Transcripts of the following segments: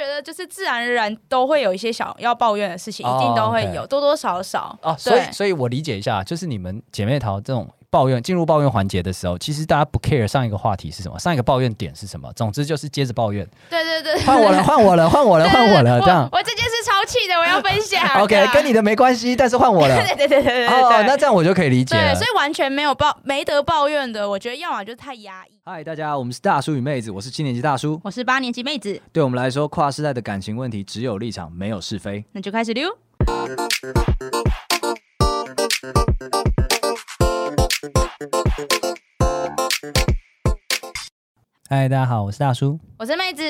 得就是自然而然都会有一些想要抱怨的事情，哦一定都会 OK 有，多多少少。哦，所以对，所以我理解一下，就是你们姐妹淘这种抱怨进入抱怨环节的时候，其实大家不 care 上一个话题是什么，上一个抱怨点是什么，总之就是接着抱怨，对对 对，换 我了，换我了，换我了，对，换我了，对这样我我这件事超气的，我要分享的。 OK，跟你的没关系，但是换我了。 对对对对对对哦，对那这样我就可以理解对，了所。以完全没有抱没得抱怨的，我觉得要么就是太压抑。嗨，大家，我们是大叔与妹子，我是七年级大叔。我是八年级妹子，对我们来说，跨世代的感情问题只有立场，没有是非。那就开始溜。嗨，大家好，我是大叔。我是妹子，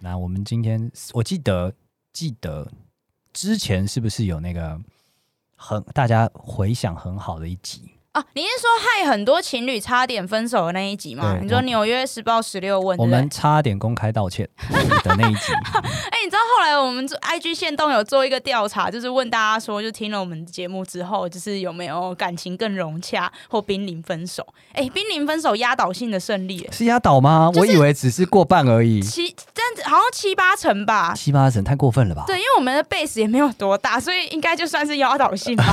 那我们今天，我记得记得之前是不是有那个很大家回想很好的一集？哦，你是说害很多情侣差点分手的那一集吗？对你说我《纽约时报》十六问，对我不对们差点公开 道歉的那一集。哎、你知道后来我们做 IG 线动有做一个调查，就是问大家说，就听了我们节目之后，就是有没有感情更融洽或濒临分手？哎、濒临分手压倒性的胜利、哎是压倒吗？就是我以为只是过半 而已，七，但好像七八成吧。七八成太过分了吧？对，因为我们的 base 也没有多大，所以应该就算是压倒性吧。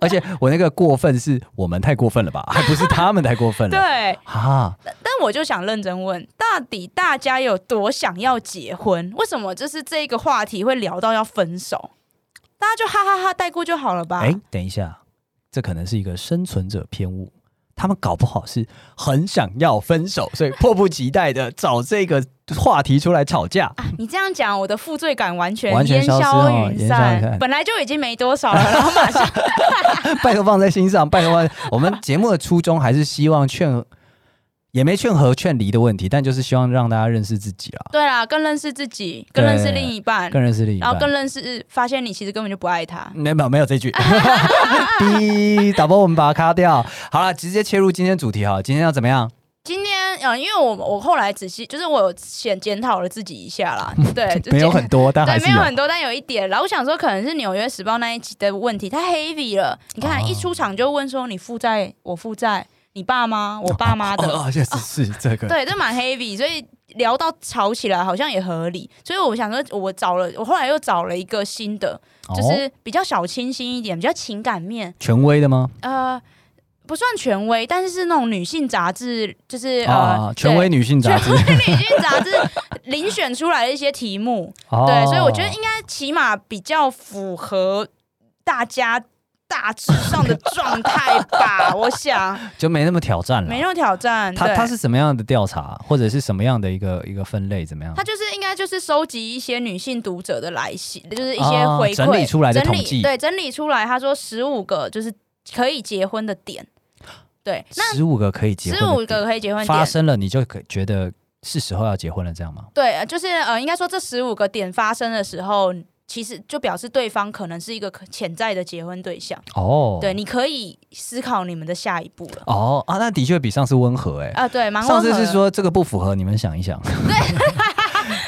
而且我那个过分是我们太过 分了吧，还不是他们太过分了。对，哈，但我就想认真问，到底大家有多想要结婚？为什么就是这个话题会聊到要分手？大家就哈哈哈带过就好了吧？哎、等一下，这可能是一个生存者偏误。他们搞不好是很想要分手，所以迫不及待的找这个话题出来吵架。啊，你这样讲，我的负罪感完全完全烟消失消哦云烟消云散散，本来就已经没多少了， 然后马上 拜托放在心上，拜托放在。我们节目的初衷还是希望劝，也没劝和劝离的问题，但就是希望让大家认识自己啦，对啦，更认识自己，更认识另一半，更认识另一嗯然半后。更认识，发现你其实根本就不爱他。没有没有没 有这句， 哔，导播我们把它卡掉。好了，直接切入今天主题哈。今天要怎么样？今天呃，因为我我后来仔细，就是我有检检讨了自己一下 啦，对，就没有检很多，但还对，是没有。有很多，但有一点。然后我想说，可能是《纽约时报》那一集的问题太 heavy 了。你看，哦一出场就问说你负债，我负债，你爸妈，我爸妈的，哦哦，确实是这个。对，这蛮 heavy，所以聊到吵起来好像也合理。所以我想说，我找了，我后来又找了一个新的，就哦、是比较小清新一点，比较情感面，权威的吗？呃，不算权威，但是是那种女性杂志，就是啊呃，，权威对。女性杂志。女性杂志遴选出来的一些题目，哦对，所以我觉得应该起码比较符合大家大致上的状态吧。我 想就没那么挑战了。没那么挑战，它对嗯它是什么样的调查，或者是什么样的一个一个分类，怎么样他？就是应该就是收集一些女性读者的来信，就是一些哦回馈、整理出来的整理统计对，整理出来，他说十五个就是可以结婚的 点，对，那十五个可以结婚十的五点，个可以结婚发点。生了你就可觉得是时候要结婚了，这样吗？对，呃就是呃，应该说这十五个点发生的时候，其实就表示对方可能是一个可潜在的结婚对象。哦，对，，你可以思考你们的下一步了。哦啊，那的确比上次温和哎、啊，对，蛮上温次和是的，说这个不符合，你们想一想。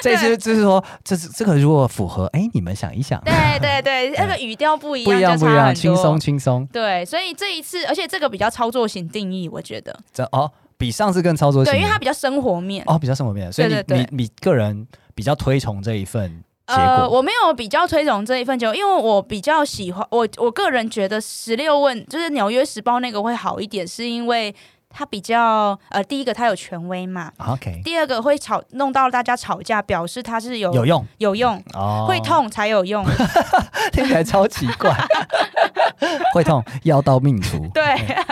这次就是说，这是这个如果符合，哎，你们想一想， 对对对，那个语调不一 不样，一就差很样不多。一样，轻松轻松。对，所以这一次，而且这个比较操作型定义，我觉得，这哦，比上次更操作性对，的，因为它比较生活面。哦比较生活面，所以你对对对你你个人比较推崇这一份结果。呃，我没有比较推崇这一份结果，因为我比较喜欢我我个人觉得十六问就是《纽约时报》那个会好一点，是因为它比较呃，第一个它有权威嘛，啊 OK，第二个会吵弄到大家吵架，表示它是有有用有用，哦，会，痛才有用， 听起来超奇怪， 会痛，药到病除，对，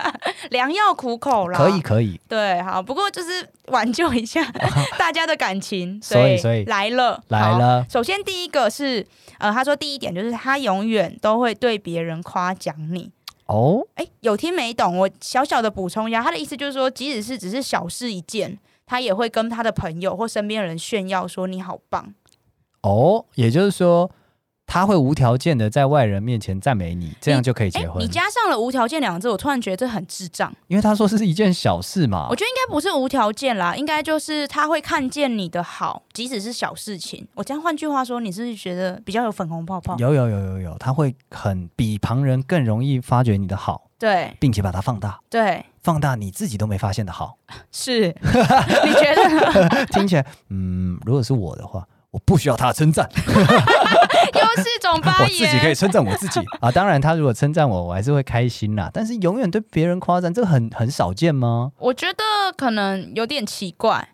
良药苦口啦，可以可以，对，好，不过就是挽救一下 大家的感情，哦所以所以来了来。好了，首先第一个是，呃，他说第一点就是他永远都会对别人夸奖你。哦，哎，有听没懂？我小小的补充一下，他的意思就是说，即使是只是小事一件，他也会跟他的朋友或身边的人炫耀说你好棒。哦，也就是说，他会无条件的在外人面前赞美你，这样就可以哎结，婚你。加上了无条件两个字，我突然觉得这很智障。因为他说是一件小事嘛我。觉得应该不是无条件啦，应该就是他会看见你的好，即使是小事情。我这样换句话说，你是不是觉得比较有粉红泡泡？有有有有有，他会很比旁人更容易发掘你的好，对并且把它放大，对，放大你自己都 没发现的好。是，你觉得呢？听起来，嗯，如果是我的话，我不需要他的称赞，又是一种 我发自己可以言。称赞我自己啊。当然，他如果称赞我，我还是会开心啦。但是永远对别人夸赞，这个很很少见吗？我觉得可能有点奇怪，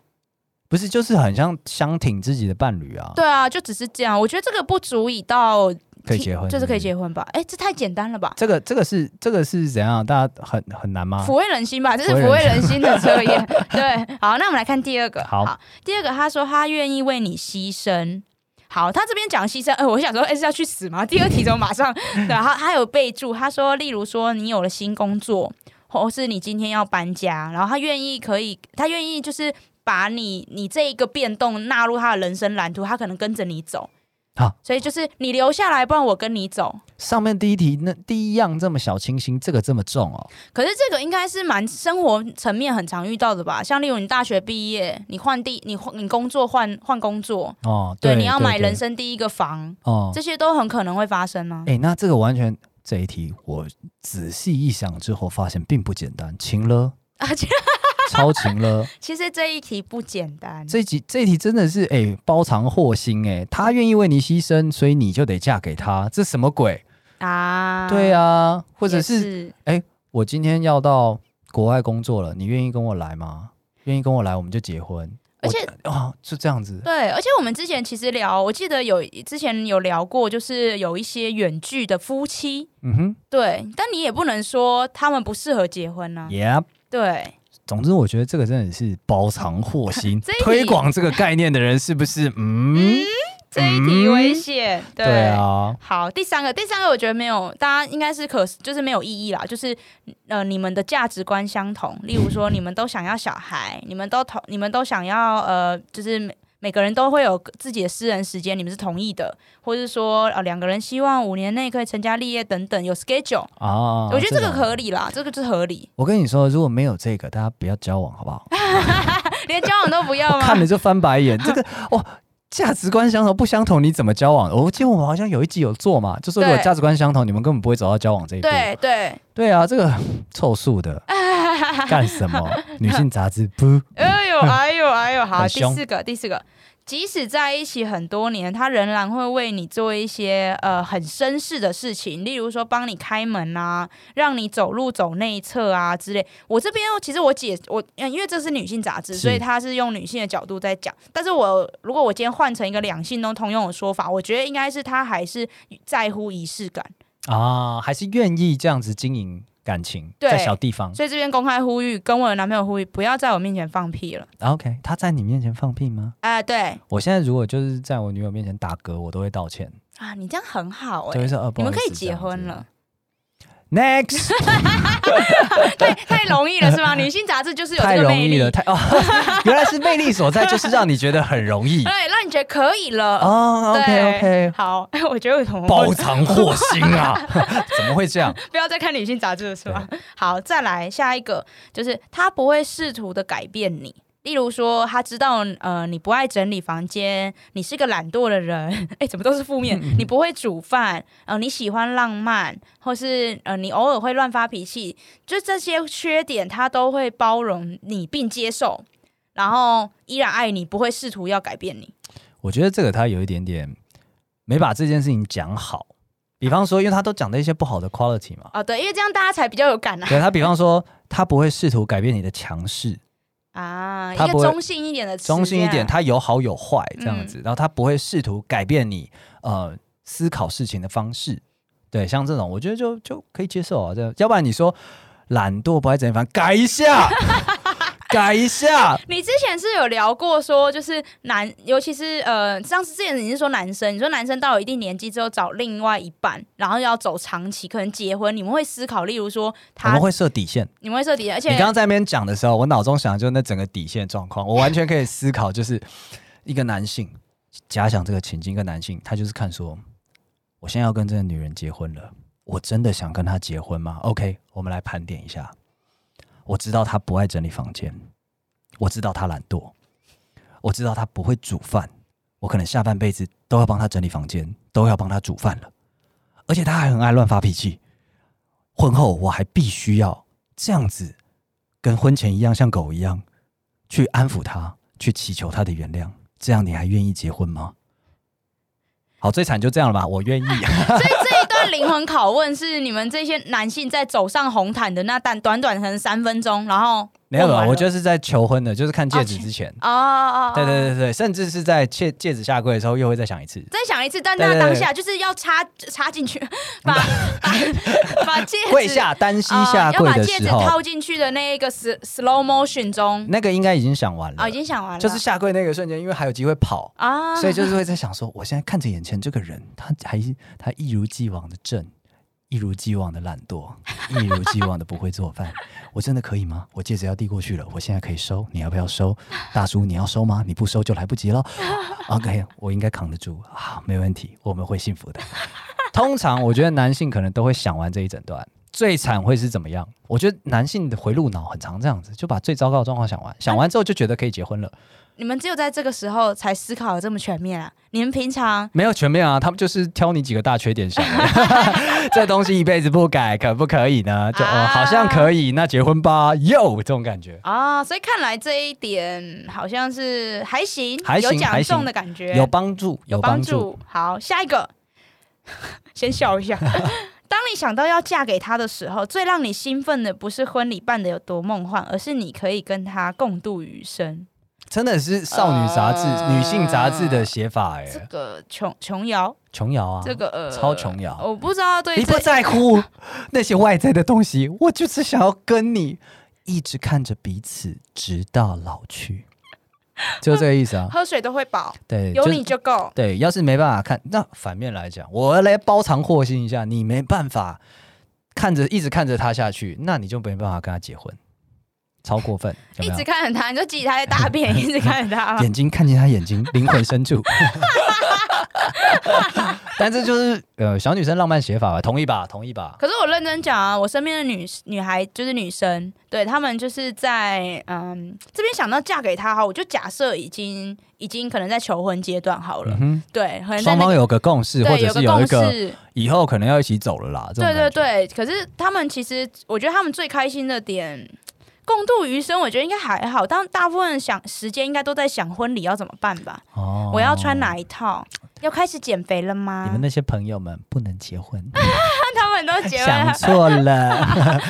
不是，就是很像相挺自己的伴侣啊，对啊，就只是这样。我觉得这个不足以到可以结婚，就是可以。结婚吧？哎、这太简单了吧？这个这个是这个是怎样？大家很很难吗抚？慰人心吧，这是抚抚慰慰人心的测 验。对，好，那我们来看第二个。好第二个他说他愿意为你牺牲。好，他这边讲牺牲，哎、我想说，哎、是要去死吗？第二题怎么马上？ 对，他他有备注，他说，例如说你有了新工作，或是你今天要搬家，然后他愿意可以，他愿意就是把你你这一个变动纳入他的人生蓝图，他可能跟着你走。好，所以就是你留下来，不然我跟你走。上面第一题那第一样这么小清新，这个这么重哦。可是这个应该是蛮生活层面很常遇到的吧？像例如你大学毕业，你换地，你换你工作换换工作，哦，对，你要买人对生第一个房，哦。这些都很可能会发生啊。哎、那这个完全这一题，我仔细一想之后发现并不简单，情了，啊，其超情了。其实这一题不简单，这一集这一题真的是哎、包藏祸心哎、他愿意为你牺牲，所以你就得嫁给他，这什么鬼？啊，对啊，啊，或或者是我今天要到国外工作了，你愿意跟我来吗？愿意跟我来，我们就结婚。而且我啊，就这样子。对，而且我们之前其实聊，我记得有之前有聊过，就是有一些远距的夫妻，嗯对，但你也不能说他们不适合结婚啊哼，，Yeah。对，总之，我觉得这个真的是包藏 祸心这一。题推广这个概念的人是不是？嗯，这一题危险，对啊，好，第三个，第三个我觉得没有，大家应该是可就是没有意义啦，就是呃，你们的价值观相同，例如说你们都想要小孩，你们都同，你们都想要呃，就是每每个人都会有自己的私人时间，你们是同意的，或是说呃两个人希望五年内可以成家立业等等，有 schedule，、啊，我觉得这个种合理啦，这个就是合理，我跟你说，如果没有这个，大家不要交往，好不好？连交往都不要 我看了吗？就翻 白眼。这个哇，价值观相同不相同，你怎么交往？我记得我们好像有一集有做嘛，就说如果对价值观相同，你们根本不会走到交往这一步。对对，对啊，这个凑数的 干什么？女性杂志不？哎 呦，哎呦，哎呦，好，很第凶四个，第四个，即使在一起很多年，他仍然会为你做一些呃很绅士的事情，例如说帮你开门啊，让你走路走内侧啊之类。我这边其实我姐我呃因为这是女性杂志，是所以她是用女性的角度在讲。但是我如果我今天换成一个两性都通用的说法，我觉得应该是她还是在乎仪式感。啊，还是愿意这样子经营感情，对在小地方。所以这边公开呼吁，跟我的男朋友呼吁，不要在我面前放屁了。啊 OK，他在你面前放屁吗？哎、对我现在如果就是在我女友面前打嗝，我都会道歉，啊，你这样很好哎、就会说呃，你不们好可意以思结婚了。。这 样子 Next，太哎太容易了是吗？ 女性杂志就是有太这个容魅易力，了，太哦， 原来是魅力所在，就是让你觉得很 容易。对，让你觉得可以了。哦对，OK OK，好，哎，我觉得我同包藏祸心啊， 怎么会这样？不要再看女性杂志了是吧？ 好，再来下一个，就是他不会试图的改变你。例如说，他知道呃你不爱整理房间，你是个懒惰的人， 哎、怎么都是负嗯面？你不会煮饭，呃，你喜欢浪漫，或是呃你偶尔会乱发脾气，就这些缺点他都会包容你并接受，然后依然爱你，不会试图要改变你。我觉得这个他有一点点没把这件事情讲好。比方说，因为他都讲的一些不好的 quality 嘛，哦，对，因为这样大家才比较有感啊对他，比方说他不会试图改变你的强势，啊，一他个不会中性一点的词这啊样，中性一点，他有好有坏这样子，然后他不会试图改变你呃思考事情的方式。对，像这种我觉得就就可以接受啊，这要不然你说懒惰不爱整理房，改一下，改一下，你之前是有聊过说，就是男，尤其是呃，上次之前你是说男生，你说男生到了一定年纪之后找另外一半，然后要走长期，可能结婚，你们会思考，例如说我他们，会设底线。你们会设底线，而且你刚刚在那边讲的时候，我脑中想的就是那整个底线状况，我完全可以思考，就是一个男性假想这个情境，一个男性他就是看说，我现在要跟这个女人结婚了，我真的想跟她结婚吗？OK，我们来盘点一下。我知道她不爱整理房间，我知道她懒惰，我知道她不会煮饭，我可能下半辈子都要帮她整理房间，都要帮她煮饭了，而且她还很爱乱发脾气。婚后我还必须要这样子跟婚前一样，像狗一样去安抚他，去祈求他的原谅，这样你还愿意结婚吗？好，最惨就这样了吧，我愿意。所以这一段灵魂拷问是你们这些男性在走上红毯的那短短短的三分钟，然后没有了，我觉得得是在求婚的，就是看戒指之前。哦哦，哦对对对对，甚至是在戒戒指下跪的时候，又会再想一次。再想一次，但对那对对当下就是要插插进去，把 把把戒指跪下，单膝啊，下要跪把的戒指时候，套进去的那一个 s- slow motion 中那个应该已经想完了。啊、已经想完了，就是下跪那个瞬间，因为还有机会跑，啊，所以就是会在想说，我现在看着眼前这个人，他还他一如既往的正，一如既往的懒惰，一如既往的不会做饭， 我真的可以吗？我戒指要递过去了，我现在可以收，你要不要收？大叔，你要收吗？你不收就来不及了。OK，我应该扛得住啊，没问题，我们会幸福的。通常我觉得男性可能都会想完这一整段。最惨会是怎么样？我觉得男性的回路脑很常这样子，就把最糟糕的状况想完，想完之后就觉得可以结婚了。你们只有在这个时候才思考的这么全面啊！你们平常没有全面啊，他们就是挑你几个大缺点想 而已， 这东西一辈子不改，可不可以呢？就、啊哦，好像可以，那结婚吧，哟，这种感觉。啊，所以看来这一点好像是还行，还行有讲还中行的感觉，有帮助，有帮助。助。好，下一个， 先笑一下。 当你想到要嫁给他的时候，最让你兴奋的不是婚礼办的有多梦幻，而是你可以跟他共度余生。真的是少女杂志、呃女性杂志的写法哎、这个琼琼瑶，琼瑶啊，这个、呃、超琼瑶我不知道对你这不在乎 那些外在的东西，我就是想要跟你一直看着彼此，直到老去，就这个意思啊。喝水都会饱，对，有就你就够。对，要是没办法看，那反面来讲，我来包藏祸心一下，你没办法看着一直看着他下去，那你就没办法跟他结婚，超 过分，有一没直有？看着他，你就记他在大 便，一直看着他吗。眼睛看见他眼睛，灵魂深 处。但这就是呃小女生浪漫写法吧，同意吧？同意吧？可是我认真讲啊，我身边的女女孩就是女生，对她们就是在嗯这边想到嫁给他哈，我就假设已经已经可能在求婚阶段好了，嗯哼，对，可能在双那方个有个共识，或对者有是有一共个识，以后可能要一起走了啦。这种对对感觉，对。可是她们其实，我觉得她们最开心的点。共度余生，我觉得应该还好，但大部分想时间应该都在想婚礼要怎么办吧？哦我要穿？哪一套？要开始减肥了吗？你们那些朋友们不能结婚， 他们都 结婚了想，错了。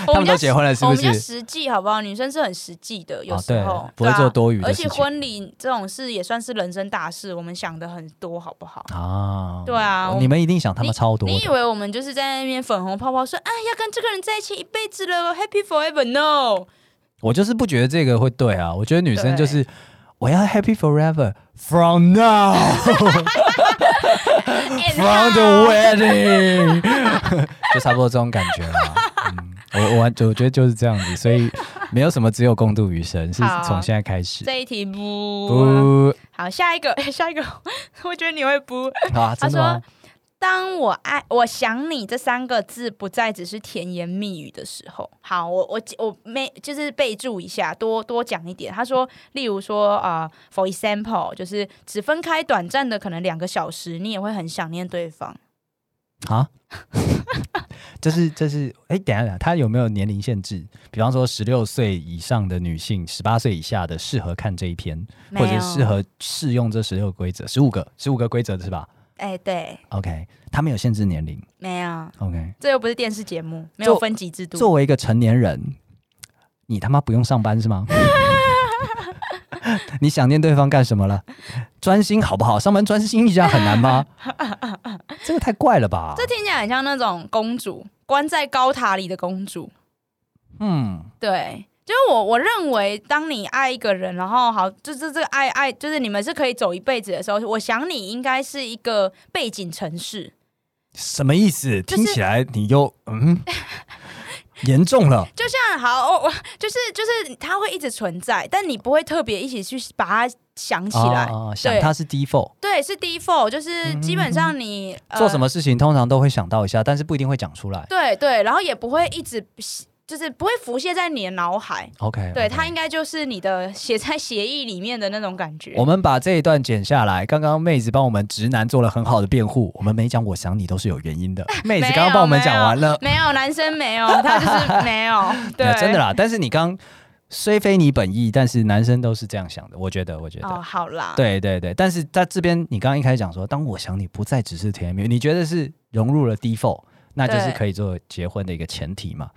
我 他们比较都结婚了，是我不们比较是？实际，好不好？女生是很实际的，有时候、啊对不会做多余的而事且情婚礼这种事也算是人生大事，我们想的很多，好不好？啊，对啊我你们一定想他们超多的你以为我们就是在那边粉红泡泡说，哎，要跟这个人在一起一辈子了，Happy Forever No？我就是不觉得这个会对啊，我觉得女生对就是 我要 happy forever from now 哎 from the wedding，就 差不多这种感觉啦。嗯，我我完我觉得就是这样子，所以没有什么只有共度余生，是好啊从现在开始。这一题不不好，下一个， 下一个，我觉得你会不。 啊，真的吗？当我爱我想你这三个字不再只是甜言蜜语的时候，好，我我我没就是备注一下，多多讲一点。他说，例如说啊、f o r example，就是只分开短暂的可能两个小时，你也会很想念对方。啊，这是这是哎，等一下等一下，他有没有年龄限制？比方说十六岁以上的女性，十八岁以下的适合看这一篇，没或有者适合适用这十六规则，十五个十五个规则是吧哎、对， ？OK，他没有限制年龄。没有， OK，这又不是电视节目，没做有分级制度。作为一个成年人，你他妈不用上班是吗？ 你想念对方干什么了？专心好不好？上班专心一下很难 吗？这个太怪了吧？这听起来很像那种公主关在高塔里的公主。嗯，对，就是我我认为，当你爱一个人，然后好，就是这个爱爱，就是你们是可以走一辈子的时候，我想你应该是一个背景城市，什么意思？就是听起来你又嗯，严重了。就像好，我我就是就是它会一直存在，但你不会特别一起去把它哦想起来。啊想他是 default，对，是 default，就是基本上你、呃做什么事情通常都会想到一下，但是不一定会讲出来。对对，然后也不会一直就是不会浮现在你的脑海。 OK，对，它应该就是你的写在协议里面的那种感觉。我们把这一段剪下来。刚刚妹子帮我们直男做了很好的辩护，我们没讲我想你都是有原 因的。妹子刚 刚帮我们讲完了， 没有男生没有，他就是没有。对，那真的啦。但是你刚虽非你本意，但是男生都是这样想的。我觉得，我觉得，哦，好啦，，对对对。但是在这边，你刚刚一开始讲说，当我想你不再只是甜言蜜语，你觉得是融入了 default，那就是对可以做结婚的一个前提嘛？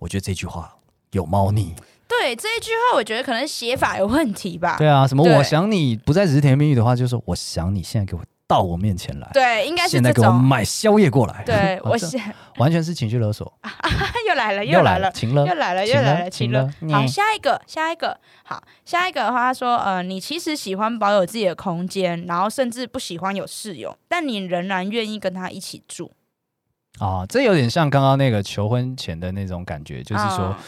我觉得这句话有猫腻。对这一句话，我觉得可能写法有问题吧。对啊，什么对我想你不再只是甜言蜜语的话，就是说我想你现在给我到我面前来，对，应该是现在这给我种。买宵夜过来。 对啊我这是完全是情绪勒索， 又来了，又来来了了，。情勒又，来了，请又来了了，请请了了。好，你下一个，下一个，好，下一个的话，他说，呃，你其实喜欢保有自己的空间，然后甚至不喜欢有室友，但你仍然愿意跟他一起住，啊，这有点像刚刚那个求婚前的那种感觉，就是说啊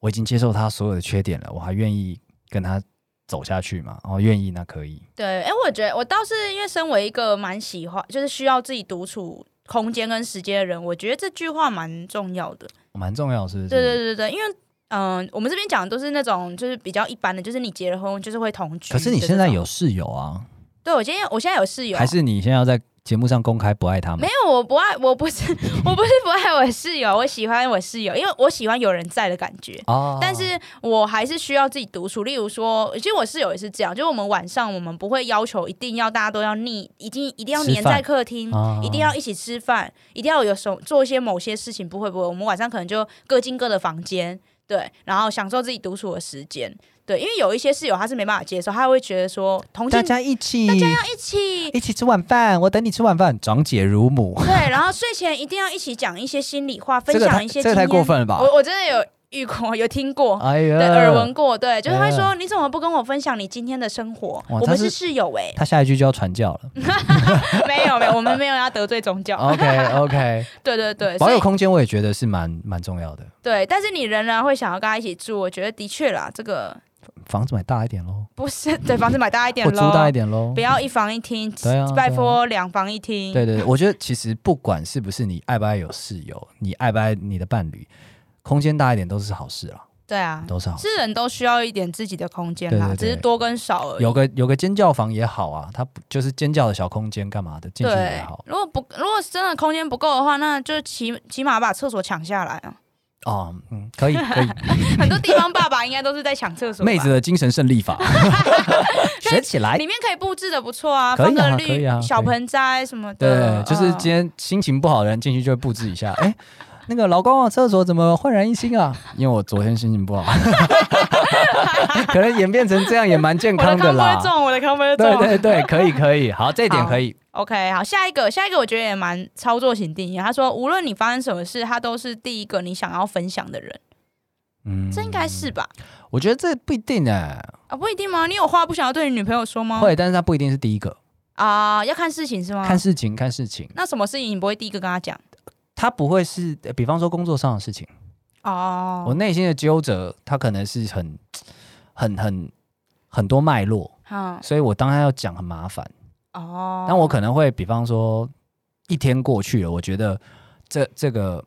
我已经接受他所有的缺点了，我还愿意跟他走下去嘛？哦，愿意那可以，对，哎、我觉得我倒是因为身为一个蛮喜欢，就是需要自己独处空间跟时间的人，我觉得这句话蛮重要的。蛮重要，是不是？对对对对，因为。嗯、我们这边讲的都是那种就是比较一般的，就是你结了婚就是会同居。可是你现在？有室友啊，对，我今天我现在有室友，还是你现在要在节目上公开不爱他没吗？有，我不爱，我不是，我不是不爱我室友，我喜欢我室友，因为我喜欢有人在的感觉。哦但是我还是需要自己独处。例如说，其实我室友也是这样，就是我们晚上我们不会要求一定要大家都要腻，一定一定要吃黏饭在客厅，啊一定要一起吃饭，一定要有什做一些某些事情，不会不会，我们晚上可能就各进各的房间，对，然后享受自己独处的时间，对，因为有一些室友他是没办法接受，他会觉得说同性大家一起，一起 一起吃晚饭，我等你吃晚饭，长姐如母，对，然后睡前一定要一起讲一些心里话，分这个享太一些这个太经验过分了吧？我我真的有遇过，有听过，哎呀，对，耳闻过，对，就是他会哎说你怎么不跟我分享你今天的生活？哇我他们是是室友 哎、他下一句就要传教了。没有没有，我们没有要得罪宗教， OK OK，对对对，哦保所有以空间我也觉得是蛮蛮重要的，对，但是你仍然会想要跟他一起住，我觉得的确啦，这个房子买大一点喽，不是 对房子买大一点或租大喽，一点喽不。要一房一厅，对啊拜对啊托两房一厅，对对对，我觉得其实不管是不是你爱不爱有室友， 你爱不爱你的伴侣，空间大一点都是好事啦，对啊，都是好事。是人都需要一点自己的空间啦，对对对只是多跟少而已。有个有个尖叫房也好啊，它不就是尖叫的小空间干嘛的，进去也对啊 好，如果不如果真的空间不够的话，那就起起码把厕所抢下来啊！哦，嗯，可以 可以，很多地方爸爸应该都是在抢厕所吧。妹子的精神胜利 法 学起来里。面可以布置的不错啊，哎可放以啊个可以绿、啊小盆栽什么对的。，就是嗯今天心情不好的人进去就会布置一下，哎、那个老公啊，厕所怎么焕然一新 啊？因为我昨天心情不好， 可能演变成这样也蛮健我的康康啦会。中，我的康会对中。对对，可以可以，好，这一点好可以。 OK，好，下一个，下一个我觉得也蛮操作型定义。啊他说，无论你发生什么事，他都是第一个你想要分享的人，嗯，这应该是吧？我觉得这不一定哎、啊，不一定吗？你有话不想要对你女朋友说吗？会，但是它不一定是第一个。啊，要看事情是吗？看事情，看事情，那什么事情你不会第一个跟他讲？它不会是，呃比方说工作上的事情，哦，我内心的纠折，它可能是很、很、很、很多脉络，嗯，所以我当然要讲很麻烦。哦，但我可能会，比方说一天过去了，我觉得这这个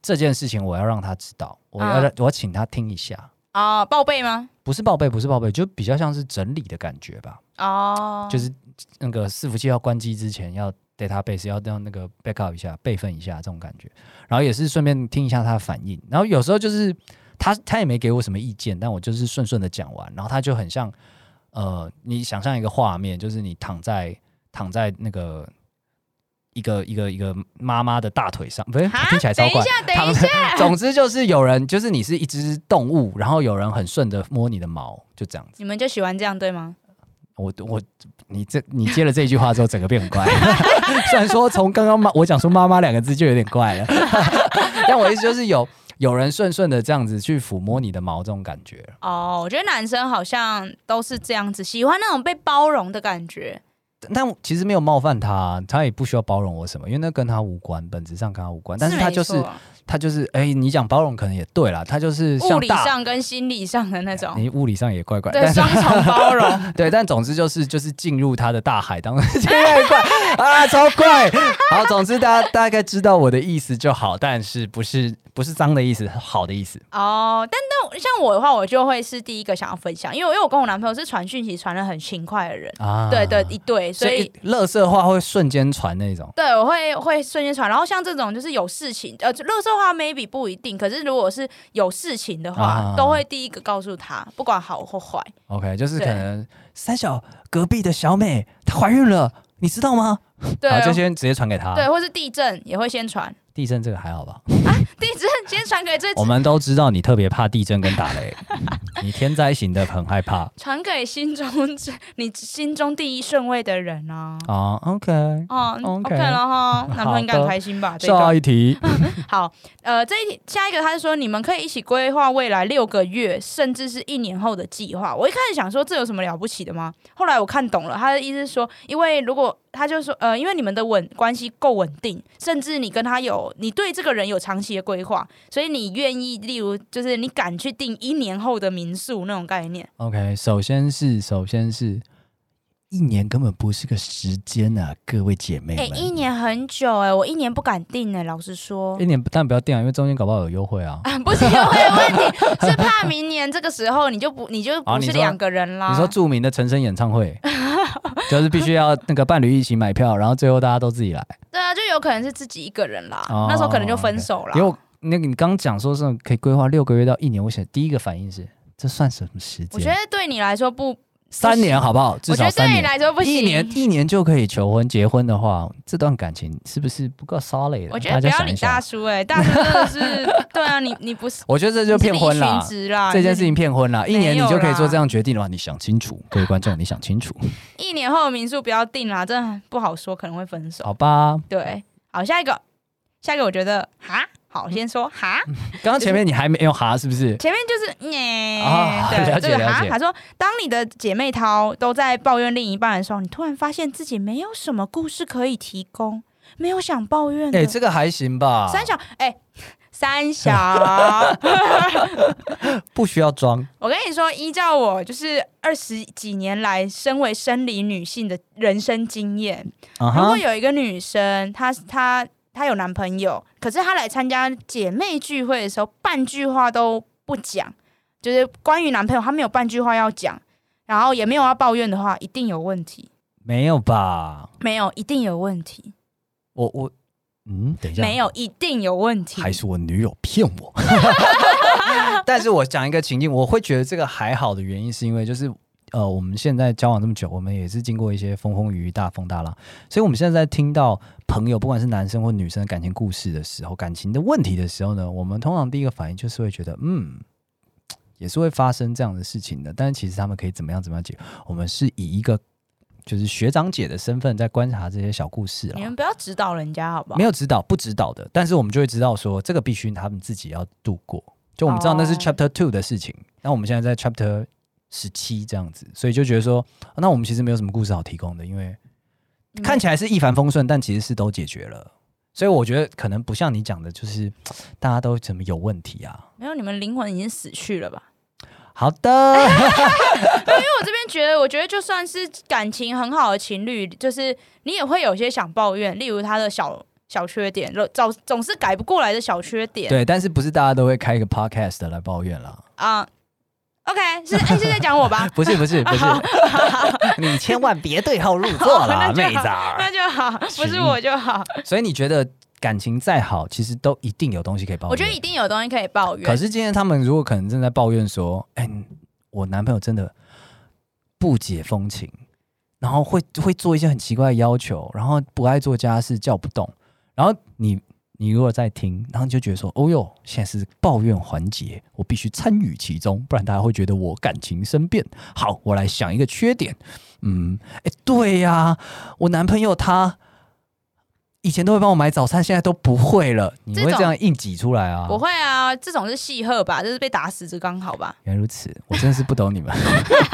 这件事情，我要让他知道，我要、啊我要请他听一下，哦，报备吗？不是报备，不是报备，就比较像是整理的感觉吧，哦，就是那个伺服器要关机之前要。database 要让那个 backup 一下，备份一下这种感觉，然后也是顺便听一下他的反应，然后有时候就是他他也没给我什么意见，但我就是顺顺的讲完，然后他就很像呃，你想象一个画面，就是你躺在躺在那个一个一个一个妈妈的大腿上，不是啊听起来超等一怪。下，等躺一在 下，总之就是有人，就是你是一只动物，然后有人很顺着摸你的毛，就这样子。你们就喜欢这样对吗？我我你这你接了这句话之后，整个变很怪。 虽然说从刚刚妈我讲出“妈妈”两个字就有点怪了， 但我意思就是有有人顺顺的这样子去抚摸你的毛，这种感觉。哦，我觉得男生好像都是这样子，喜欢那种被包容的感觉。但我其实没有冒犯他，啊他也不需要包容我什么，因为那跟他无关，本质上跟他无关。但是他没就是错他就是，哎、你讲包容可能也对啦，他就是像物理大，上跟心理上的那种，你物理上也怪怪，对，但是双重包容。 对，但总之就是就是进入他的大海当中， 这个怪啊，超怪。好，总之大家大概知道我的意思就好，但是不是不是脏的意思，好的意思。哦，但但我像我的话，我就会是第一个想要分享，因为因为我跟我男朋友是传讯息传的很勤快的人。啊，对对，一对，对，所以。乐色话会瞬间传那种。对，我会会瞬间传。然后像这种就是有事情，呃，就乐色话 maybe 不一定，可是如果是有事情的话，啊都会第一个告诉他，不管好或坏。 OK，就是可对能三小隔壁的小美她怀孕了，你知道吗？对啊好，，就先直接传给她。对，啊或是地震也会先传，地震这个还好吧？ 地震先传给最我们都知道你特别怕地震跟 打雷，你天灾型的很害怕传给心中最你心中第一顺位的人啊。啊。OK，哦 OK 了哈，男朋友应该好很的开心吧？这下个一题，好，呃，这一题下一个他是说你们可以一起规划未来六个月甚至是一年后的计划。我一开始想说这有什么了不起的吗？后来我看懂了，他的意思是说，因为如果他就说，呃，因为你们的稳关系够稳定，甚至你跟他有你对这个人有长期的规划，所以你愿意，例如就是你敢去订一年后的民宿那种概念。 OK，首先是首先是一年根本不是个时间啊，各位姐妹哎、们。一年很久哎、我一年不敢订哎、老实说一。年但不要定啊，因为中间搞不好有 优惠啊。啊，不是优惠的问题，是怕明年这个时候你就不你就啊不你是说两个人啦。你说著名的陈升演唱 会，就是必须要那个伴侣一起买票，然后最后大家都自己来。对啊，就有可能是自己一个人啦，哦那时候可能就分手啦。因为我那个你刚讲说是可以规划六个月到一年，我想第一个反应是这算什么时我觉得间？对你来说不，三年好不好？至我觉少得三对你年。来说不行。一年一年就可以求婚结婚的话，这段感情是不是不够 solid？的我觉得不大家要想理一大想，叔哎、大叔真的 是，对啊，你你不是我觉得这就骗婚了啦，。啊你是离群值啦这件事情骗婚啦，一年你就可以没有做啦这样决定的话，你想清楚，各位观众，你想 清楚，你一年后的民宿不要定啦，真的不好说，可能会分手。好吧？对，好，下一个，下一个我觉得哈，好，先说哈，刚刚前面你还没有哈，是不是？前面就是耶，啊对，了这解个了哈，解他说，当你的姐妹淘都在抱怨另一半的时候，你突然发现自己没有什么故事可以提供，没有想抱怨的。哎，这个啊还行吧，三小，哎、三小，不需要装。我跟你说，依照我就是二十几年来身为生理女性的人生经验，啊如哈果，有一个女生，她她她有男朋友，可是她来参加姐妹聚会的时候，半句话都不讲，就是关于男朋友，她没有半句话要讲，然后也没有要抱怨的话，一定有问题，没有吧？没有，一定有问题，我我嗯，等一下，没有，一定有问题。还是我女友骗我。但是我讲一个情境，我会觉得这个还好的原因，是因为就是呃，我们现在交往这么久，我们也是经过一些风风雨雨、大风大浪，所以我们现在在听到朋友，不管是男生或女生的感情故事的时候，感情的问题的时候呢，我们通常第一个反应就是会觉得，嗯。也是会发生这样的事情的，但是其实他们可以怎么样怎么样解决？我们是以一个就是学长姐的身份在观察这些小故事啦你们不要指导人家好不好？啊没有指导不指导的，但是我们就会知道说这个必须他们自己要度过。就我们知道那是哦 Chapter Two 的事情，那我们现在在 Chapter 十七这样子，所以就觉得说，啊那我们其实没有什么故事好提供的，因为嗯看起来是一帆风顺，但其实是都解决了。所以我觉得可能不像你讲的，就是啊大家都怎么有问题啊？没有，你们灵魂已经死去了吧？好 的，因为我这边觉得，我觉得就算是感情很好的情侣，就是你也会有些想抱怨，例如他的小小缺点，总总是改不过来的小缺点。对，但是不是大家都会开一个 podcast 来抱怨啦？啊、o k 是、哎是在讲我 ？吧不是，不是，不是，你千万别对号入那座啦，就好妹子儿。那就好，不是我就好。所以你觉得感情再好，其实都一定有东西可以抱怨。我觉得一定有东西可以抱可怨。嗯是今天他们如果可能正在抱怨说：“哎、我男朋友真的不解风情，然后会会做一些很奇怪的要求，然后不爱做家事，叫不动。”然后你你如果在听，然后你就觉得说：“哦哟，现在是抱怨环节，我必须参与其中，不然大家会觉得我感情生变。”好，我来想一个缺点。嗯，哎、对呀、我男朋友他。以前都会帮我买早餐，现在都不会了。你会这种这样硬挤出来啊？不会啊，这种是戏鹤吧，这是被打死之刚好吧。原来如此，我真的是不懂你们，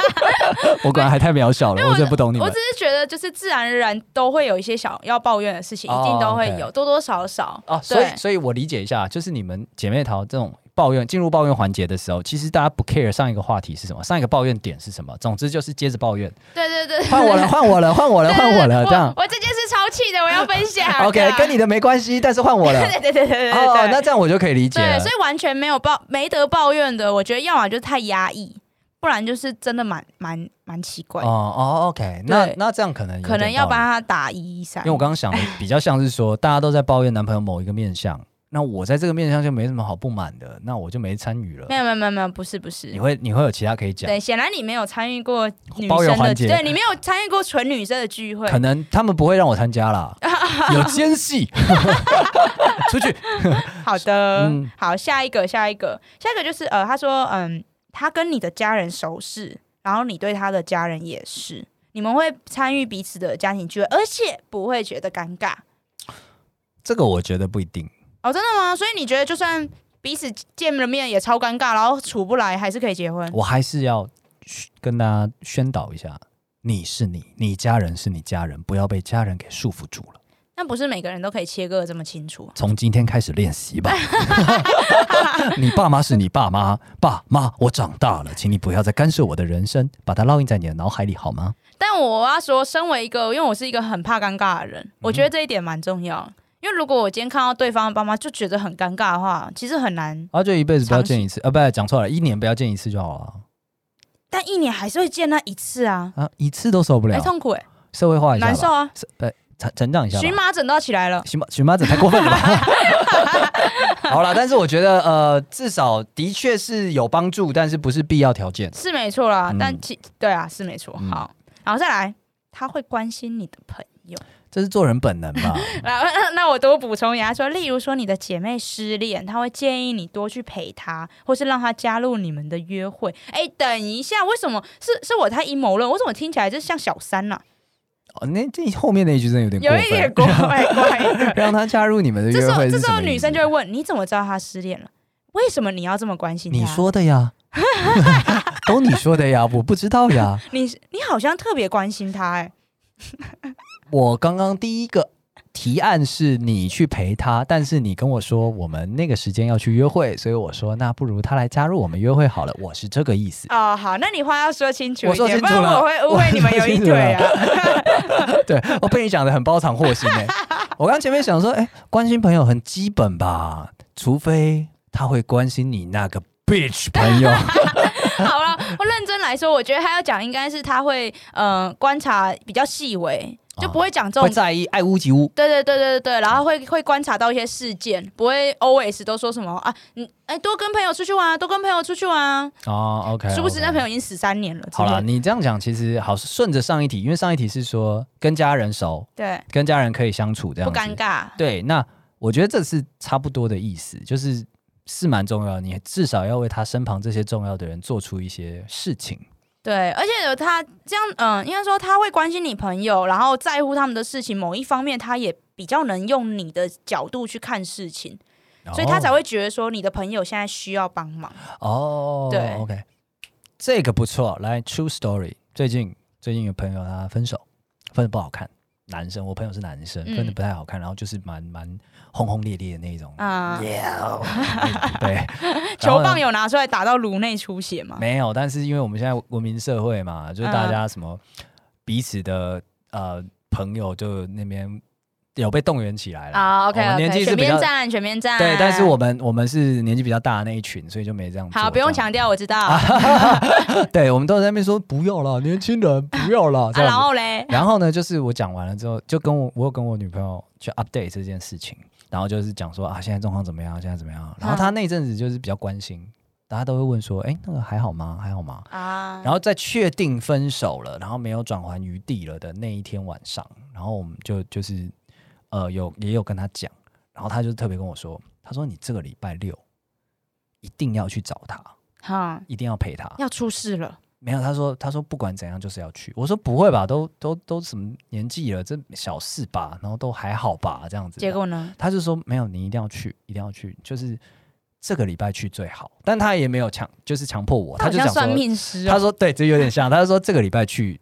我果然还太渺小了，我真的不懂你我们只。是觉得，就是自然而然都会有一些想要抱怨的事情，哦一定都会 OK 有多多少少。哦，所对以，所以我理解一下，就是你们姐妹淘这种抱怨进入抱怨环节的时候，其实大家不 care 上一个话题是什么，上一个抱怨点是什么，总之就是接着抱 怨，对对对，换我了，换我了，换我了，对换我了，这样。我我这件事超气的，我要分享。 啊 OK，跟你的没关系，但是换我了。 哦对对对对对对对。哦，那这样我就可以理解对，了所。以完全没有抱没得抱怨的，我觉得要么就是太压抑，不然就是真的蛮蛮蛮奇怪哦的，哦，OK，那对那这样可能有可能点要道理帮他打一一三因为。我刚刚想的比较像是说，大家都在抱怨男朋友某一个面相，那我在这个面相就没什么好不满的，那我就没参与了没。有没有没有没有，不是不是你，会你会有其他可以讲，对，显然你没有参与过女包邮生环的，节对你没有参与过纯女生的聚会，可能他们不会让我参加 啦，有间隙 出去。好的，嗯好，下一个，下一个，下一个就是呃，他说，嗯，他跟你的家人熟识，然后你对他的家人也是，你们会参与彼此的家庭聚会，而且不会觉得尴尬。这个我觉得不一定，哦，真的吗？所以你觉得就算彼此见了面也超尴尬，然后处不来，还是可以结婚？我还是要跟大家宣导一下，你是你，你家人是你家人，不要被家人给束缚住了。但不是每个人都可以切割的这么清楚。从今天开始练习吧。 你爸妈是你爸妈，爸妈，我长大了，请你不要再干涉我的人生，把它烙印在你的脑海里好吗？但我要说，身为一个，因为我是一个很怕尴尬的嗯人，我觉得这一点蛮重要。因为如果我今天看到对方的爸妈就觉得很尴尬的话，其实很难。啊，就一辈子不要见一次，啊，不，讲错了，一年不要见一次就好了但一年还是会见那一次啊，啊，一次都受不哎、了，痛苦哎、社会化一下难受吧，啊，是不成成长一下吧嗯荨。麻疹都要起来了。荨麻荨麻疹太过分 了吧？好啦，但是我觉得呃，至少的确是有帮助，但是不是必要条件。是没错啦，嗯但其对啊，是没错。嗯好，然后再来，他会关心你的朋友。这是做人本能 吧？然后啊那我多补充一下，说，例如说你的姐妹失恋，他会建议你多去陪她，或是让她加入你们的约会。哎，等一下，为什么是是我太阴谋论？我怎么听起来就像小三呢、哦，那这后面那一句真的有点过有分，。一点怪怪的 让他加入你们的这约时候会这是时什么候意思？女生就会问，你怎么知道她失恋了？为什么你要啊这么关心她？你说的呀， 都你说的呀，我不知道呀。你你好像特别关心她哎、。我刚刚第一个提案是你去陪他，但是你跟我说我们那个时间要去约会，所以我说那不如他来加入我们约会好了，我是这个意思哦，好，那你话要说清楚我一说点，清不楚然了我会误会你们有一对啊。对我被你讲的很包藏祸心哎、 我刚前面想说，哎、关心朋友很基本吧，除非他会关心你那个 bitch 朋友。好了，我认真来说，我觉得他要讲应该是他会呃观察比较细微，就不会讲这哦会种。在意爱屋及乌。对对对对对对，然后会会观察到一些事件，不会 always 都说什么啊，嗯，哎，多跟朋友出去玩啊，多跟朋友出去玩啊，哦，OK，殊不知那 OK 朋友已经十三年了之好类的。了，你这样讲其实好，顺着上一题，因为上一题是说跟家人熟，对，跟家人可以相处这样不子尴。尬。对，那我觉得这是差不多的意思，就是是蛮重要的，你至少要为他身旁这些重要的人做出一些事情。对，而且有他这样，嗯、应该说他会关心你朋友，然后在乎他们的事情。某一方面，他也比较能用你的角度去看事情，所以他才会觉得说你的朋友现在需要帮忙。哦，对，OK，这个不错。来，True Story，最近最近有朋友他分手，分的不好看。男生，我朋友是男生，嗯分的不太好看，然后就是蛮蛮轰轰烈烈的那种。啊 Yeah，对，然球后呢棒有拿出来打到颅内出血吗？没有，但是因为我们现在文明社会嗯嘛，就是大家什么呃彼此的、呃朋友就那边有被动员起来了啊，OK，我们年纪 OK，是选比较边站，选边站。对，但是我们我们是年纪比较大的那一群，所以就没这样做好，不用这样强调，我知道。啊啊对，我们都在那边说不要了，年轻人不要了，这啊、样然子。后嘞，然后呢，就是我讲完了之后，就跟我我有跟我女朋友去 update 这件事情，然后就是讲说啊，现在状况怎么样，现在怎么样。然后她那阵子就是比较关心，大家都会问说，哎，那个还好吗？还好吗？啊，然后在确定分手了，然后没有转圜余地了的那一天晚上，然后我们就就是呃有也有跟他讲，然后他就特别跟我说，他说你这个礼拜六一定要去找他，哈、一定要陪他。要出事了。没有，他说他说不管怎样就是要去。我说不会吧，都都都什么年纪了，这小事吧，然后都还好吧，这样子。结果呢？他就说没有，你一定要去，一定要去，就是这个礼拜去最好。但他也没有强，就是强迫我，他好就像想说算命师哦。他说对，这有点像。他说这个礼拜去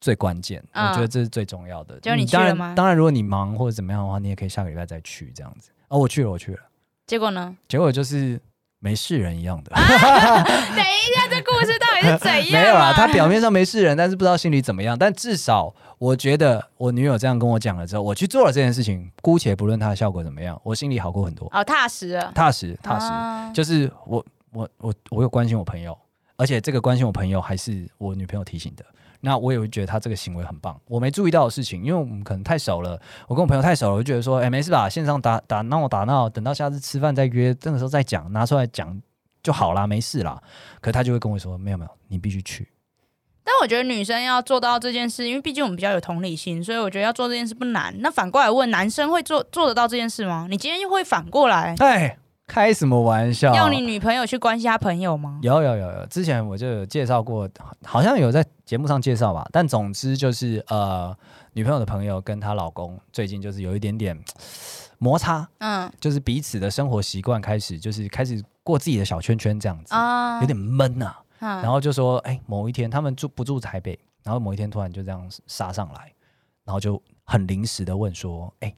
最关键，嗯我觉得这是最重要的。结果你去当了然吗当然，如果你忙或者怎么样的话，你也可以下个礼拜再去这样子。哦，我去了，我去了，结果呢？结果就是没事人一样的， 哎等一下，这故事到底是怎样、啊？ 没有啦。他表面上没事人，但是不知道心里怎么样。但至少我觉得我女友这样跟我讲了之后，我去做了这件事情，姑且不论它的效果怎么样，我心里好过很多，哦，踏实了，踏实踏实。啊就是我我我我有关心我朋友，而且这个关心我朋友还是我女朋友提醒的。那我也会觉得他这个行为很棒，我没注意到的事情，因为我们可能太熟了，我跟我朋友太熟了，我就觉得说，哎、没事吧，线上打打闹打闹，等到下次吃饭再约，那个时候再讲，拿出来讲就好啦，没事啦。可他就会跟我说，没有没有，你必须去。但我觉得女生要做到这件事，因为毕竟我们比较有同理心，所以我觉得要做这件事不难。那反过来问，男生会做做得到这件事吗？你今天又会反过来哎，开什么玩笑？要你女朋友去关心她朋友吗？有有有有，之前我就有介绍过，好像有在节目上介绍吧。但总之就是，呃，女朋友的朋友跟她老公最近就是有一点点摩擦，嗯就是彼此的生活习惯开始就是开始过自己的小圈圈这样子，啊有点闷呐、嗯然后就说，哎、某一天他们住不住台北，然后某一天突然就这样杀上来，然后就很临时的问说，哎、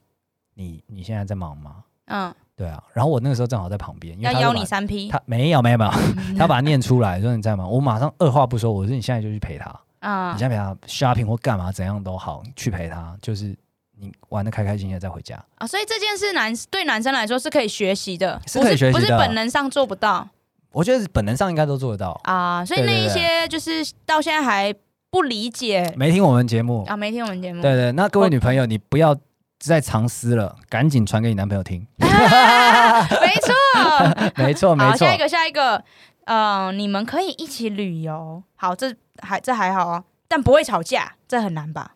你你现在在忙吗？嗯，对啊，然后我那个时候正好在旁边，因为要他就邀把你嗯三 P 他没有没有没有，他把它念出来，说你在吗？我马上二话不说，我说你现在就去陪他，啊你现在陪他 shopping 或干嘛怎样都好，你去陪他，就是你玩的开开心心的再回家。啊！所以这件事男对男生来说是可以学习的，是可以学习的不是不是本能上做不到我觉得本能上应该都做得到，啊。所以那一些就是到现在还不理解没听我们节目，啊，没听我们节目。对对，那各位女朋友，你不要再藏私了，赶紧传给你男朋友听。啊 没错， 没错没好，错下，一个，下一个，嗯、你们可以一起旅游。好，这还这还好啊，但不会吵架，这很难吧？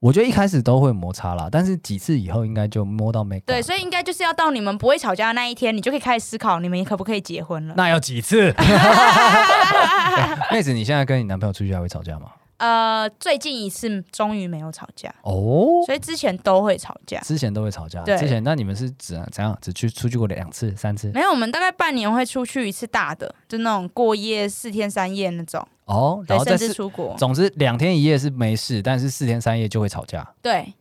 我觉得一开始都会摩擦啦，但是几次以后应该就摸到没。对，所以应该就是要到你们不会吵架的那一天，你就可以开始思考你们可不可以结婚了。那要几 次？ 妹子，你现在跟你男朋友出去还会吵架吗？呃，最近一次终于没有吵架，哦，所以之前都会吵架。之前都会吵架。啊对之前那你们是怎怎样？只去出去过两次、三次？没有，我们大概半年会出去一次大的，就那种过夜四天三夜那种，哦，然对，后甚再至是，出国，总之两天一夜是没事，但是四天三夜就会吵架。对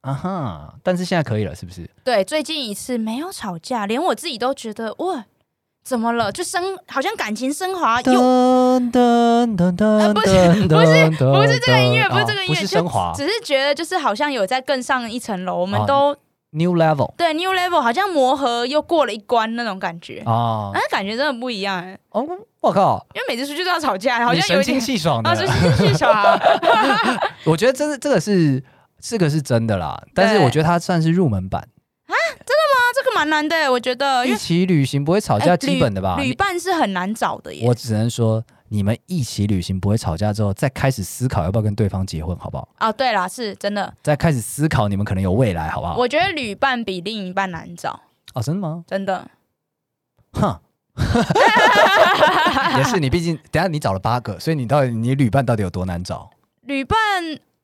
啊哈，但是现在可以了，是不是？对，最近一次没有吵架，连我自己都觉得哇，怎么了？就升，好像感情升华啊又噔噔噔噔，不是是不是不啊不是这个音乐，不是这个音乐，不是就升华只是觉得就是好像有在更上一层楼，我们哦都、 ，new level 对 new level 好像磨合又过了一关那种感觉，啊那、，感觉真的不一样、欸，哦，我靠，因为每次出去都要吵架，好你像有神一点清气爽啊，的是。是是小 啊，我觉得这是这个是这个是真的啦，但是对我觉得它算是入门版，那这个蛮难的、欸，我觉得，因一为起旅行不会吵架，哎基本的吧？旅旅伴是很难找的耶我。只能说，你们一起旅行不会吵架之后，再开始思考要不要跟对方结婚，好不好？啊，对啦，是真的，再开始思考你们可能有未来，好不好？我觉得旅伴比另一半难找，哦，真的吗？真的。哼，也是你，毕竟等一下你找了八个，所以你到底你旅伴到底有多难找？旅伴，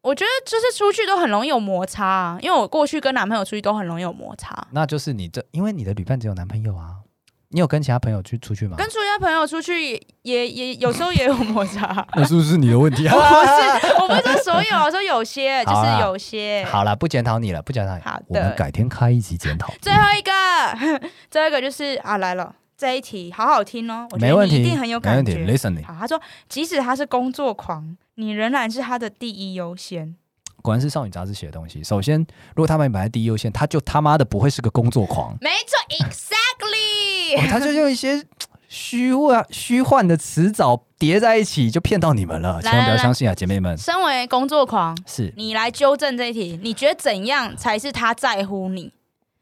我觉得就是出去都很容易有摩擦、啊，因为我过去跟男朋友出去都很容易有摩擦。那就是你这，因为你的旅伴只有男朋友啊，你有跟其他朋友去出去吗？。跟出家朋友出去也也有时候也有摩擦 那是不是你的问题啊我 不是，我不是说所有，我说有些，就好是啦有些。 好啦，不检讨你了，不检讨你。好的我们改天开一集检讨。最后一个， 最后一个就是啊，来了这一题，好好听哦，我觉没得问你一题，定很有没感问题觉。 ，listening，好，他说，即使他是工作狂，你仍然是他的第一优先。果然是少女杂志写的东西。首先，如果他把你摆在第一优先，他就他妈的不会是个工作狂。 没错，exactly 哦。他就用一些虚幻、虚幻的词藻叠在一起，就骗到你们了，来千万不要来来相信啊，姐妹们！身为工作狂，是，你来纠正这一题，你觉得怎样才是他在乎你？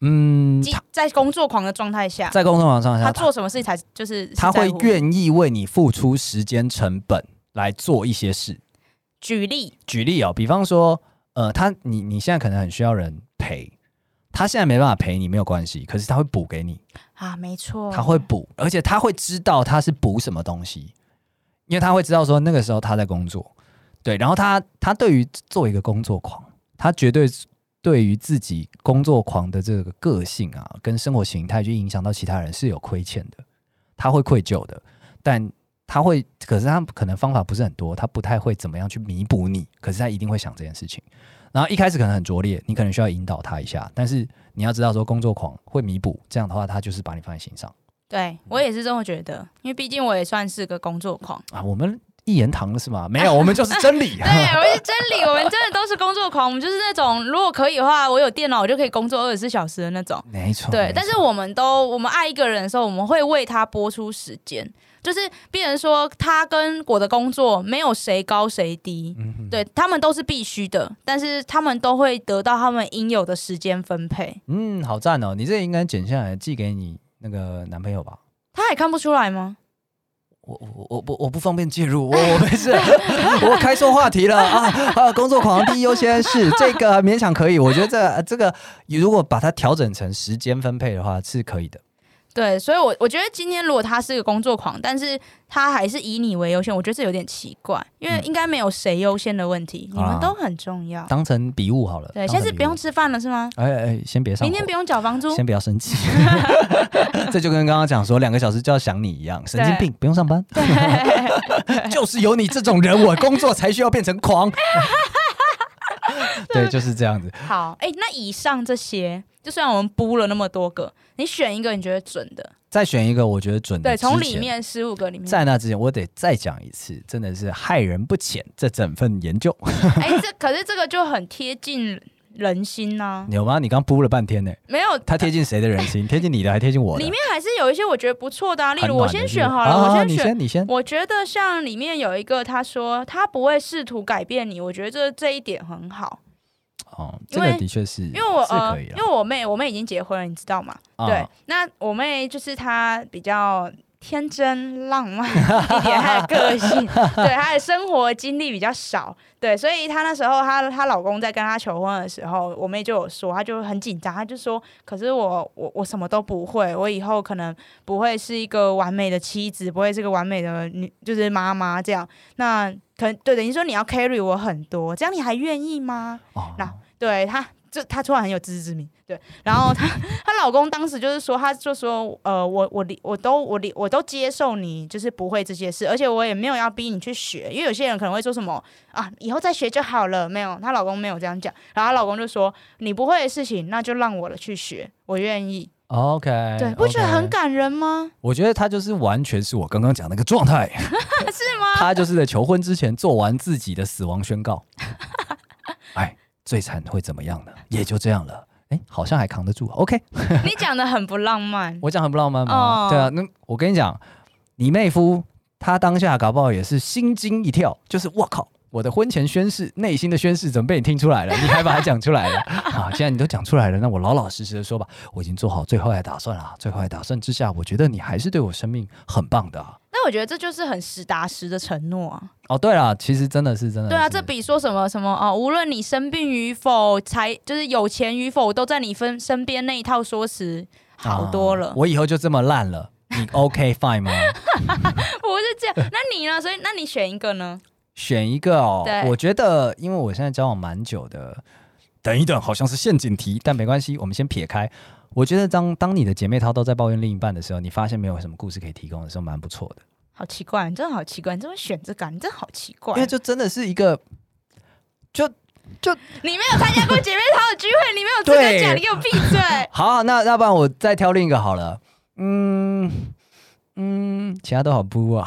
嗯，即他在工作狂的状态下，在工作场上，他他做什么事才就是是他在会乎愿意为你付出时间成本来做一些事。举例，举例哦，比方说，呃，他你你现在可能很需要人陪，他现在没办法陪你没有关系，可是他会补给你，啊，没错，他会补，而且他会知道他是补什么东西，因为他会知道说那个时候他在工作，对，然后他他对于作为一个工作狂，他绝对对于自己工作狂的这个个性啊，跟生活形态去影响到其他人是有亏欠的，他会愧疚的，但他会，可是他可能方法不是很多，他不太会怎么样去弥补你，可是他一定会想这件事情。然后一开始可能很拙劣，你可能需要引导他一下，但是你要知道说工作狂会弥补，这样的话他就是把你放在心上。对我也是这么觉得，因为毕竟我也算是个工作 狂。啊，我们一言堂了是吗？没有，我们就是真 理对，。我是真理，我们真的都是工作狂，我们就是那种如果可以的话，我有电脑我就可以工作二十四小时的那种。没错。对没，错但是我们都我们爱一个人的时候，我们会为他播出时间。就是变成说他跟我的工作没有谁高谁低，嗯哼，对他们都是必须的，但是他们都会得到他们应有的时间分配。嗯，好赞哦！你这应该剪下来寄给你那个男朋友吧？他也看不出来吗？我我我不我不方便介 入，我我没事，我开错话题了啊啊！工作狂第一优先 是这个勉强可以，我觉得这这个如果把它调整成时间分配的话是可以的。对，所以我，我觉得今天如果他是个工作狂，但是他还是以你为优先，我觉得这有点奇怪，因为嗯应该没有谁优先的问题，你啊们都很重要。当成笔误好了。对，当成下次不笔误用吃饭了是吗？哎哎，先别上火，明天不用缴房租，先不要 生气。这就跟刚刚讲说两个小时就要想你一样，神经病，不用上班。 就是有你这种人，我工作才需要变 成狂。对，就是这样子。好，哎、那以上这些，就算我们播了那么多个，你选一个你觉得准的，再选一个我觉得准的对，之前，从里面十五个里面，在那之前，我得再讲一次，真的是害人不浅。这整份研 究，哎、这可是这个就很贴近人心呐、有吗？你刚扑了半天呢、没有，他贴近谁的人 心？贴近你的，还贴近我的？里面还是有一些我觉得不错的、啊，例很如我暖的先是不是选好了，啊我你选。先，你先。我觉得像里面有一个，他说他不会试图改变你，我觉得这这一点很好，哦，因这个为的确是，因为我是呃，可以因了。为我妹我妹已经结婚了，你知道吗？啊对，那我妹就是她比较天真浪漫一点，她的个性，对她的生活经历比较少，对，所以她那时候她她老公在跟她求婚的时候，我妹就有说，她就很紧张，她就说，可是我我我什么都不会，我以后可能不会是一个完美的妻子，不会是个完美的女，就是妈妈这样，那可能对等于说你要 carry 我很多，这样你还愿意吗？哦那对她，就她突然很有自知之明，对。然后她她老公当时就是说，她就说，呃，我我理我都我理我都接受你，就是不会这些事，而且我也没有要逼你去学，因为有些人可能会说什么啊，以后再学就好了，没有，她老公没有这样讲，然后她老公就说，你不会的事情，那就让我了去学，我愿意，哦 OK，对，不觉得哎 OK 很感人吗？我觉得他就是完全是我刚刚讲那个状态， 是吗？他就是在求婚之前做完自己的死亡宣 告，哎，最惨会怎么样呢？也就这样了。哎，好像还扛得住。OK，你讲的很不浪漫，我讲很不浪漫吗？哦对啊，那我跟你讲，你妹夫他当下搞不好也是心惊一跳，就是我靠，我的婚前宣誓，内心的宣誓怎么被你听出来了？你还把它讲出来了 啊？既然你都讲出来了，那我老老实实的说吧，我已经做好最坏的打算了啊。最坏的打算之下，我觉得你还是对我生命很棒的、啊。但我觉得这就是很实打实的承诺啊。哦，对了，其实真的是真嗯的是。对啊，这比说什么什么哦，无论你生病与否，财就是有钱与否，都在你分身边那一套说辞好多了。啊我以后就这么烂了，你 OK fine 吗？ 不是这样， 那你呢？所以那你选一个呢？选一个哦对，我觉得，因为我现在交往蛮久的，等一等，好像是陷阱题，但没关系，我们先撇开。我觉得当当你的姐妹淘都在抱怨另一半的时候，你发现没有什么故事可以提供的时候，蛮不错的，好奇怪，你真的好奇怪，你怎么选这个啊？你真的好奇怪因为，就真的是一个，就你没有参加过姐妹淘的聚会，你没有资格讲，对你给我闭嘴！ 好、那要不然我再挑另一个好了，嗯嗯，其他都好不啊，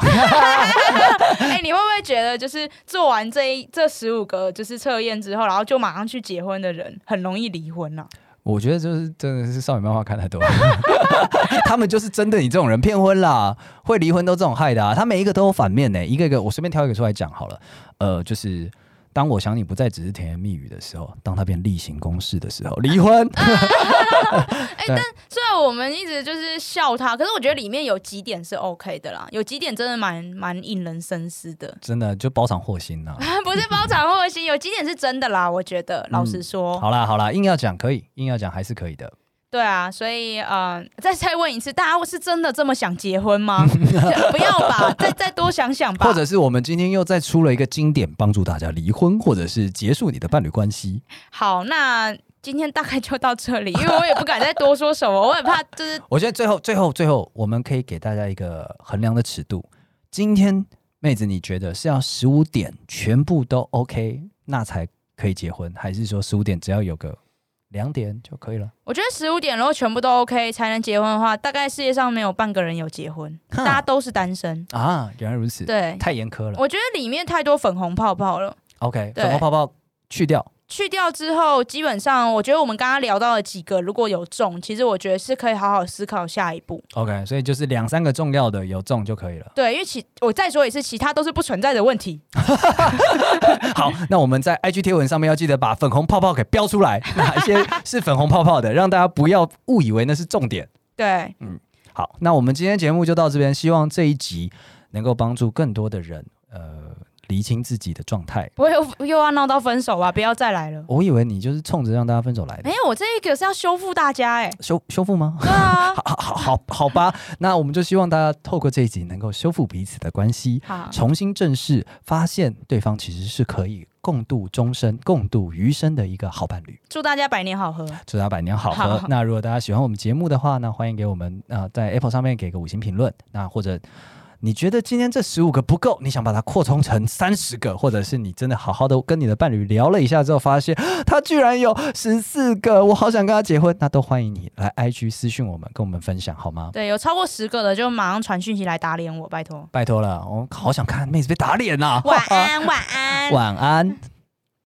哎、你会不会觉得就是做完这一这十五个就是测验之后，然后就马上去结婚的人，很容易离婚呢、啊我觉得就是真的是少女漫画看太多， 了，他们就是针对你这种人骗婚啦，会离婚都这种害的啊。他每一个都有反面呢、一个一个我随便挑一个出来讲好了。呃，就是当我想你不再只是甜言蜜语的时候，当他变例行公事的时候，离婚。，虽然我们一直就是笑他，可是我觉得里面有几点是 OK 的啦，有几点真的蛮蛮引人深思的 真的就包场祸心呐、啊不是包藏祸心，有几点是真的啦，我觉得老实说，嗯好啦好啦，硬要讲可以，硬要讲还是可以的。对啊，所以呃，再再问一次，大家是真的这么想结婚 吗？就不要吧，再再多想想吧。或者是我们今天又再出了一个经典，帮助大家离婚，或者是结束你的伴侣关系。好，那今天大概就到这里，因为我也不敢再多说什么，我很怕就是我觉得最后、最后、最后，我们可以给大家一个衡量的尺度。今天妹子，你觉得是要十五点全部都 OK，那才可以结婚，还是说十五点只要有个两点就可以了？我觉得十五点如果全部都 OK 才能结婚的话，大概世界上没有半个人有结婚，哼大家都是单身。啊，原来如此，对，太严苛了。我觉得里面太多粉红泡泡了。 OK，对粉红泡泡去掉，去掉之后，基本上我觉得我们刚刚聊到的几个，如果有中，其实我觉得是可以好好思考下一步。 OK，所以就是两三个重要的有中就可以了。对，因为其我再说一次，其他都是不存在的问题。 好，那我们在 IG 贴文上面要记得把粉红泡泡给标出 来，哪一些是粉红泡泡的，让大家不要误以为那是重点。对，好，那我们今天节目就到这边，希望这一集能够帮助更多的人，呃，厘清自己的状态。不会又又要闹到分手吧？不要再来了。我以为你就是冲着让大家分手来的没，有，我这一个是要修复大家哎、修修复吗？ 对啊，好好好好吧，那我们就希望大家透过这一集能够修复彼此的关系，好，重新正视，发现对方其实是可以共度终身、共度余生的一个好伴侣。祝大家百年好合。祝大家百年好合好。那如果大家喜欢我们节目的话呢，欢迎给我们啊、呃在 Apple 上面给个五星评论。那或者你觉得今天这十五个不够，你想把它扩充成三十个，或者是你真的好好的跟你的伴侣聊了一下之后，发现 啊他居然有十四个，我好想跟他结婚，那都欢迎你来 IG 私讯我们，跟我们分享好吗？对，有超过十个的就马上传讯息来打 脸我，拜托。拜托了，我好想看妹子被打脸呐、啊晚安，晚安。晚安。